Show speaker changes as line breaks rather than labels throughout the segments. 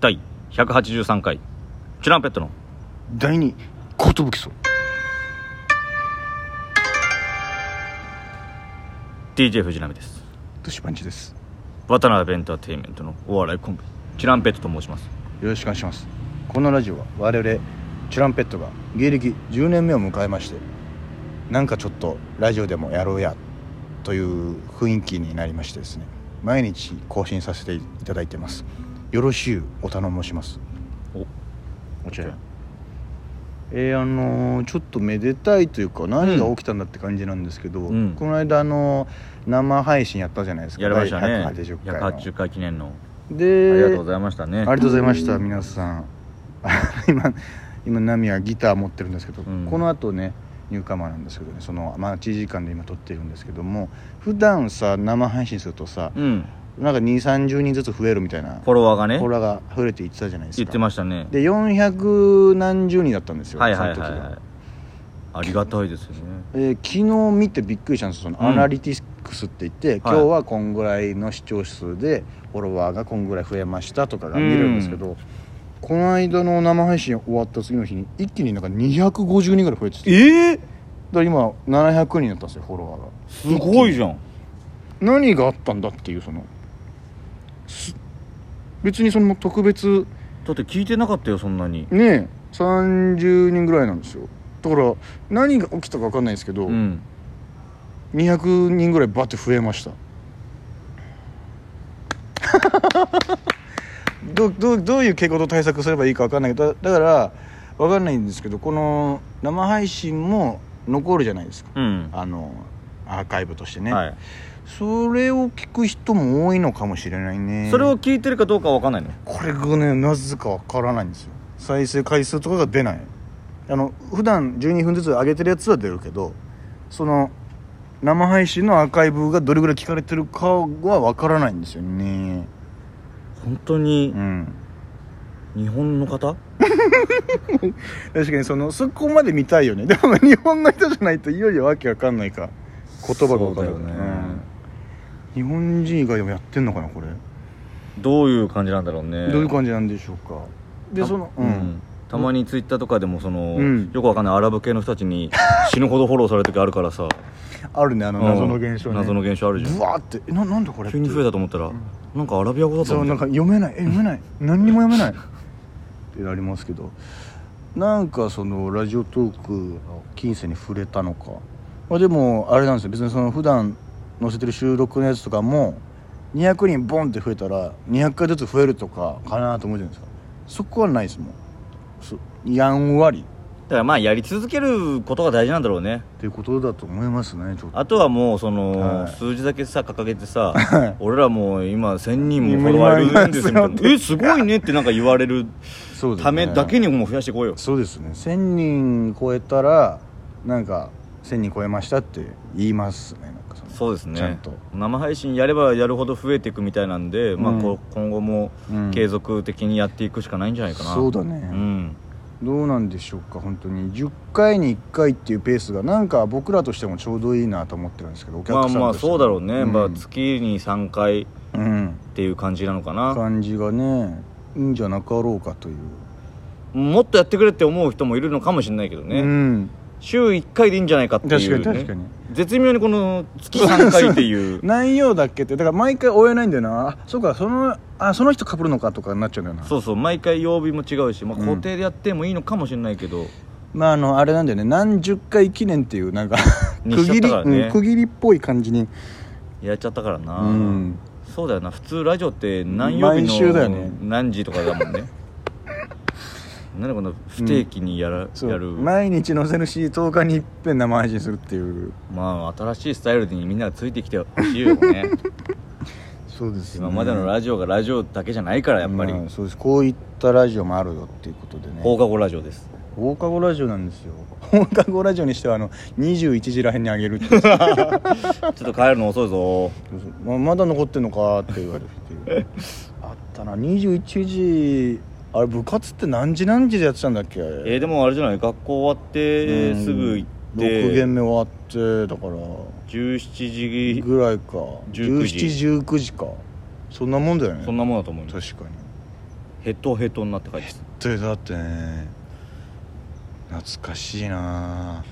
第183回チュランペットの
第二寿荘
DJ 藤波です
としパンチです
渡辺エンターテインメントのお笑いコンビチュランペットと申します
よろしくお願いしますこのラジオは我々チュランペットが芸歴10年目を迎えましてなんかちょっとラジオでもやろうやという雰囲気になりましてですね毎日更新させていただいてますよろしゅうお頼申します
お
お茶やえーあのーちょっとめでたいというか何が起きたんだって感じなんですけど、
うん
この間あのー生配信やったじゃないですか
やりましたね
第180回の
180回記念のあ
で
りがとうございましたね
ありがとうございました皆さん 今今ナミはギター持ってるんですけど、
うん
このあとねニューカマーなんですけどねその待ち時間で今撮ってるんですけども普段さ生配信するとさ
うん
なんか2 3 0人ずつ増えるみたいな
フォロワーがね
コラが増えるって言ってたじゃないですか
言ってましたね
で400何十人だったんですよ、
はいはいはい
その時
はい
が、
ありがたいですよね
えー昨日見てびっくりしたんですその
うん
アナリティクスって言って、今日はこんぐらいの視聴数でフォロワーがこんぐらい増えましたとかが見れるんですけど、この間の生配信終わった次の日に一気になんか250人ぐらい増えててだか
ええ
ら今700人だったんですよフォロワーが
すごいじゃん
何があったんだっていうそのす別にその特別
だって聞いてなかったよそんなに
ねえ30人ぐらいなんですよだから何が起きたか分かんないですけど、
うん
200人ぐらいバッて増え ましたどどどういう傾向と対策すればいいか分かんないけどだだから分かんないんですけどこの生配信も残るじゃないですか
うん
あのアーカイブとしてね、
はい
それを聞く人も多いのかもしれないね
それを聞いてるかどうかわかんないの
これがねなぜか分からないんですよ再生回数とかが出ないあの普段12分ずつ上げてるやつは出るけどその生配信のアーカイブがどれぐらい聞かれてるかは分からないんですよね
本当に
うん
日本の方
確かにそのそこまで見たいよねでも日本の人じゃないといよいよわけわかんないか言葉が分かる
そうだよね
日本人以外でもやってんのかなこれ、
どういう感じなんだろうね
どういう感じなんでしょうかで
た
その
うんたまにツイッターとかでもその、
うん
よくわかんないアラブ系の人たちに死ぬほどフォローされる時あるからさ
あるねあの謎の現象
うん
ね
謎の現象あるじゃん
ブワーってえななんだこれ
急に増えたと思ったら、なんかアラビア語だった
そうなん
の
か読めないえ読めない何にも読めないってなりますけどなんかそのラジオトークの近世に触れたのか、まあ、でもあれなんですよ別にその普段載せてる収録のやつとかも200人ボンって増えたら200回ずつ増えるとかかなと思うじゃないですかそこはないですもんそやんわり
だからまあやり続けることが大事なんだろうね
っていうことだと思いますねちょっと
あとはもうその、
はい
数字だけさ掲げてさ、
はい
俺らもう今1000人もフォロワーいるんですよみたい なえすごいねってなんか言われる
そうです
た
ね
めだけにもう増やしてこいよ
そうですね1000人超えたらなんか1000人超えましたって言いますねなんかその
そうですね
ちゃんと
生配信やればやるほど増えていくみたいなんで、まあ
うん
こ今後も
うん
継続的にやっていくしかないんじゃないかな、
そうだ
う
ね、
ん
どうなんでしょうか本当に10回に1回っていうペースがなんか僕らとしてもちょうどいいなと思ってるんですけどお客
まあ
さんとして
まあそうだろうね、
ん
まあ月に3回っ
うん
ていう感じなのかな
感じがねいいんじゃなかろうかという、
もっとやってくれって思う人もいるのかもしれないけどね、
うん
週1回でいいんじゃないかって
確
い
か
う、
に
ね、
確かに
絶妙にこの月3回って いう
内容だっけってだから毎回終えないんだよなあそうかそのあその人かぶるのかとかになっちゃうんだよな
そうそう毎回曜日も違うし、まあ、
うん
固定でやってもいいのかもしれないけど、
まああのあれなんだよね何十回記念っていうなんか
に
区
しちゃっ
切
た
り、
からね
うん区切りっぽい感じに
やっちゃったからな、
うん
そうだよな普通ラジオって何曜日
毎週だよ
の
ね
何時とかだもん ねなんでこんな不定期にやら、
そう
やる
毎日載せるし10日にいっぺん生配信するっていう
まあ新しいスタイルにみんながついてきてほしいよ ね
そうです
今までのラジオがラジオだけじゃないからやっぱり、
まあそうですこういったラジオもあるよっていうことでね
放課後ラジオです
放課後ラジオなんですよ 放課後ラジオにしてはあの21時らへんにあげるっていうそ
ち
う
ょっと帰るの遅い ぞ
そうままだ残ってんのかって言われるっていうあったな21時あれ部活って何時何時でやってたんだっけあれ
えーでもあれじゃない学校終わってすぐ行って
6限目終わってだから
17時
ぐらいか
19時
1719時かそんなもんだよね
そんなもんだと思うよ
確かに
ヘトヘトになって書いてた
とだってね懐かしいな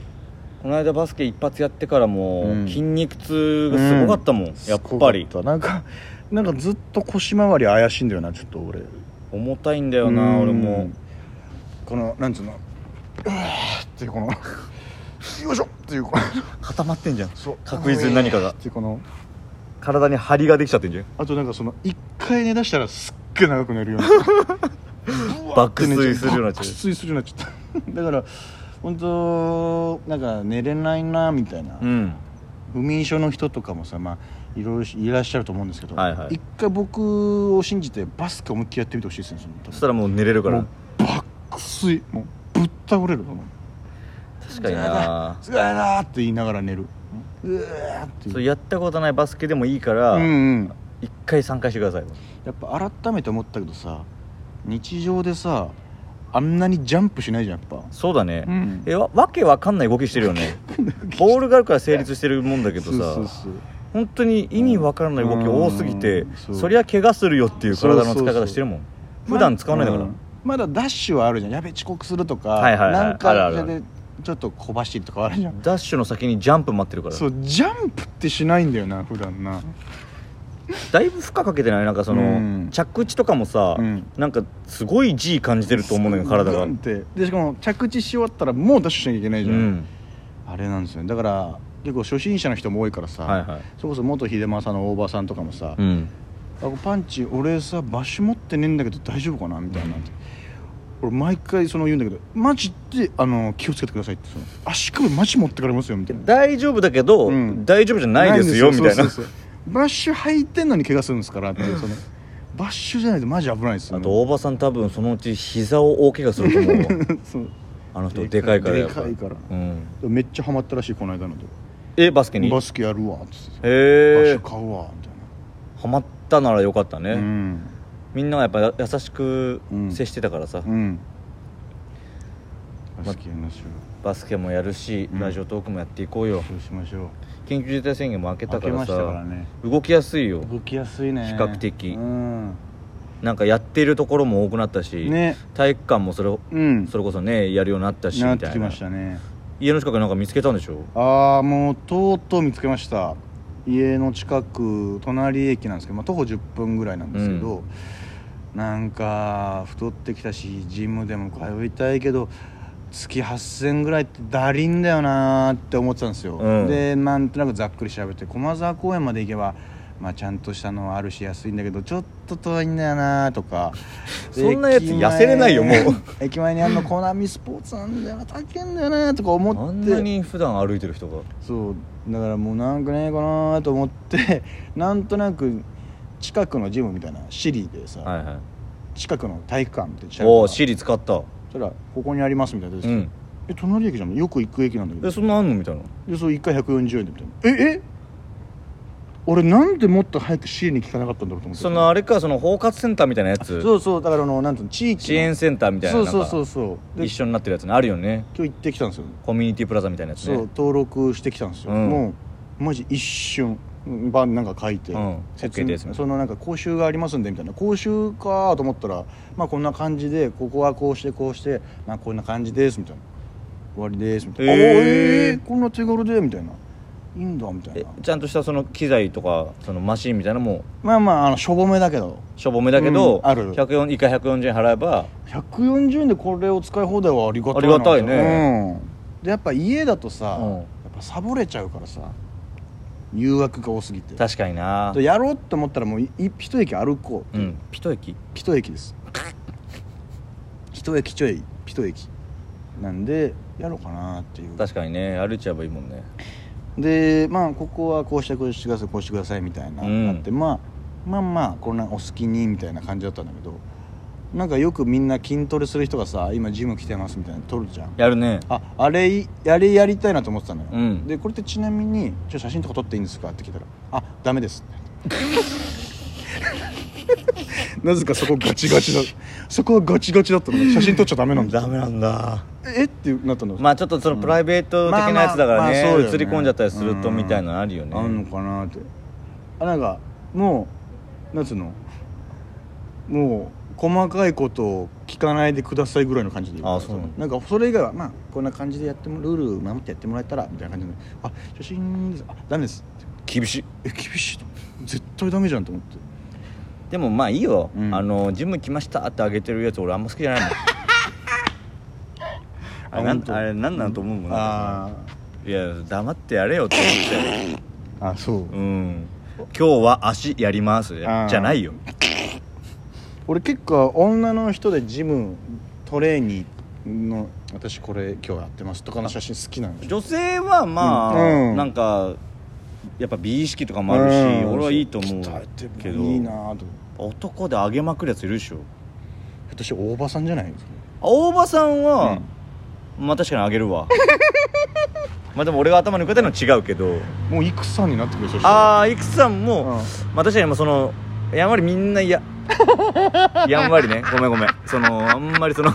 この間バスケ一発やってからも
うん
う筋肉痛がすごかったもん、やっぱり
すごかったなんかなんかずっと腰回り怪しいんだよなちょっと俺だ
重たいんだよな俺も
このなんつうのうわーっていうこの よいしょっていうこの
固まってんじゃん
そう
確実に何かが
っていうこの
体に張りができちゃってんじゃん
あとなんかその一回寝だしたらすっげえ長く寝るような
爆睡するようになっちゃ
爆
う
睡するようになっちゃっただから本当なんか寝れないなみたいな、
うん
不眠症の人とかもさまあいろいろいらっしゃると思うんですけど、
はいはい
一回僕を信じてバスケ思いっきりやってみてほしいですねその
そしたらもう寝れるか
も
ら
う爆睡もうぶっ倒れるの
確かに
じゃ
な
うわーって言いながら寝るうわーっていう
そうやったことないバスケでもいいから
うんうん
一回参加してください
やっぱ改めて思ったけどさ日常でさあんなにジャンプしないじゃんやっぱ
そうだね
ん
えわわけわかんない動きしてるよ ねボールがあるから成立してるもんだけど
そうそう
さ
そう
本当に意味わからない動き多すぎて
うんそう
そりゃ怪我するよっていう体の使い方してるもん普段使わないんだから
ままだダッシュはあるじゃんやべ遅刻するとか、
はいはいはい
なんか
あるあるある
でちょっと小走りとかあるじゃん
ダッシュの先にジャンプ待ってるから
そうジャンプってしないんだよな普段な
だいぶ負荷かけてないなんかその、
うん
着地とかもさ、
うん
なんかすごい G 感じてると思うのよ体が
ガンってでしかも着地し終わったらもうダッシュしなきゃいけな
う
いじゃん、
ん
あれなんですよねだから結構初心者の人も多いからさ、
はいはい
それこそ元秀政の大場さんとかもさ、
うん
あパンチ俺さ場所持ってねえんだけど大丈夫かなみたいな俺毎回その言うんだけどマジであの気をつけてくださいってその足首マジ持ってかれますよみたいな
大丈夫だけど、
うん
大丈夫じゃないですよみたいな
そうそうそうバッシュ履いてんのに怪我するんですからっていうそのバッシュじゃないとマジ危ないですよ
あ
ね
と大場さん多分そのうち膝を大怪我すると思うわ
そう
あの人でかいから
で
やっぱ
かいから
うん、
めっちゃハマったらしいこの間ので
えバスケに
バ
へ
スケやるわっつって
え
バッシュ買うわみたいな
ハマったならよかったね、
うん
みんながやっぱや優しく
うん
接してたからさ、
うんバスケやりましょ
バスケもやるし、
うん
ラジオトークもやっていこうよ
うそうしましょう
緊急事態宣言も明けた
開
か
け
ら
ました
さ
からね
動きやすいよ
動きやすいね
比較的
うん
なんかやっているところも多くなったし、
ね
体育館もそれ
うん
それこそねやるようになったしみ
な
た
っ
い
て
な
きましたね
家の近くになんか見つけたんでしょ
ああもうとうとう見つけました家の近く隣駅なんですけど、まあ、徒歩10分ぐらいなんですけど、なんか太ってきたしジムでも通いたいけど月8000ぐらいってだりんだよなーって思ってたんですよ、
うん
でなんとなくざっくり調べて駒沢公園まで行けば、まあ、ちゃんとしたのはあるし安いんだけどちょっと遠いんだよなー とか
そんなやつ痩せれないよもう
う 駅前にあるのコナミスポーツなんだよな高いんだよなーとか思って
あんなに普段歩いてる人が
そうだからもうなんかねえかなと思って なんとなく近くのジムみたいなシリでさ、
はいは
近くの体育館って
いおお
そし
シリ使った
たらここにありますみたいな、
うん
え隣駅じゃんよく行く駅なんだけ
え
ど
そんなあんのみたいな
でそう1回140円でみたいなええ俺なんでもっと早くシリに聞かなかったんだろうと思って
そのあれかその包括センターみたいなやつ
そうそうだからあのなんていうの地域の
支援センターみたいな
そう
なん
そう
か
そうそうで
一緒になってるやつねあるよね
今日行ってきたんですよ
コミュニティプラザみたいなやつ
そう、
ね
登録してきたんですよ、
うん
もうマジ一瞬バンなんか書いて、
うん
説
OK
明
です
そのなんか講習がありますんでみたいな講習かと思ったらまあこんな感じでここはこうしてこうしてまあこんな感じですみたいな終わりですみたいな、
えー
あえーこんな手軽でみたいないいんだみたい
え
な
ちゃんとしたその機材とかそのマシンみたいなのも
まあまああのしょぼめだけど
しょぼめだけど、
うんある
104一回140円払えば
140円でこれを使い放題はありがたいな
ありがたいね、
うん、でやっぱ家だとさ、
うん
やっぱサボれちゃうからさ誘惑が多すぎて
確かにな
やろうと思ったらもういい一駅歩こう、
うんピト駅
一駅です一駅ちょい一駅なんでやろうかなっていう
確かにね歩いちゃえばいいもんね
でまあここはこうしてこうしてくださいこうしてくださいみたいな、
うん
なって、まあ、まあまあこんなお好きにみたいな感じだったんだけどなんかよくみんな筋トレする人がさ今ジム来てますみたいなの撮るじゃん
やるね
ああれいあれやりたいなと思ってたのよ、
うん
でこれってちなみに「ちょ写真とか撮っていいんですか?」って聞いたら「あダメです」 なぜかそこガチガチだそこはガチガチだったの写真撮っちゃダメなんだ
メなんだ
えってなったの
まあちょっとそのプライベート的なやつだからね
まあまあまあそうだよね
映り込んじゃったりするとみたいなのあるよね
あんのかなってあなんかもうなんつうのもう細かいことを聞かないでくださいぐらいの感じで言
あそうなん
なんかそれ以外はまあこんな感じでやってもルール守ってやってもらえたらみたいな感じで「あ写真ですあダメです」
厳しい
え厳しいと思って絶対ダメじゃんと思って
でもまあいいよ、
うん
あのジム来ましたってあげてるやつ俺あんま好きじゃ ないもんあれな
本
ん
当
あれなんなんと思うもんなんか
あ
いや黙ってやれよって思って
ーあそう、
うん今日は足やりますじ
あ
ゃ
ー
ないよ
俺結構女の人でジムトレーニーの私これ今日やってますとかの写真好きなんで
女性はまあ、
うんうん
なんかやっぱ美意識とかもあるし、
うん
俺はいいと思う
鍛えて
け
る
ど
のいいなぁと
男で上げまくるやついるでしょ
私大場さんじゃない
大場さんは、まあ確かに上げるわ まあでも俺が頭抜けてるのは違うけど
もういくさんになってくるでしょ
ああいくさんも、
うん
まあ確かにもうそのやんわりみんない ややんわりねごめんごめんそのあんまりその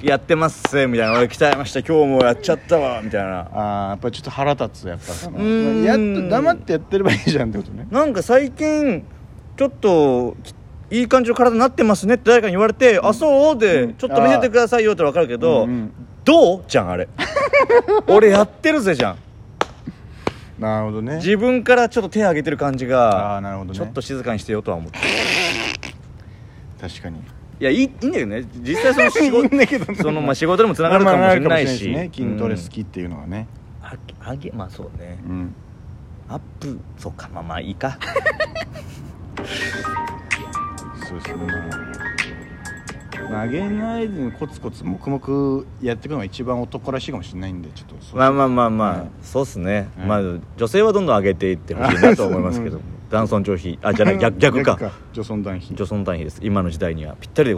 やってますみたいな俺鍛えました今日もやっちゃったわみたいな
あーやっぱりちょっと腹立つやっぱその
うーん
やっと黙ってやってればいいじゃんってことね
なんか最近ちょっときいい感じの体になってますねって誰かに言われて「あそう?」で、
うん
ちょっと見せてくださいよ」って分かるけど「
うんうん
どう?」じゃんあ れ俺やってるぜじゃん
なるほどね
自分からちょっと手挙げてる感じ
あ
が
ーなるほどね
ちょっと静かにしてよとは思って
確かに
いやいいいいんだけどね実際その仕
いいんだけど
事
ね
そのまあ仕事でもつながるかもしれないし,、
まあまあるかもしれないしね筋トレ好きっていうのはね
うんあげまあそうね
うん
アップそうかまあまあいいか
そうですねまあ投げないでコツコツ黙々やっていくのが一番男らしいかもしれないんでちょっとそう
まあまあまあまあ、
うん
そうっすね、
うん
まあ女性はどんどん上げていってほしいなと思いますけど男尊女卑あじゃない逆逆か
女尊男卑
女尊男卑です今の時代にはぴったりでございます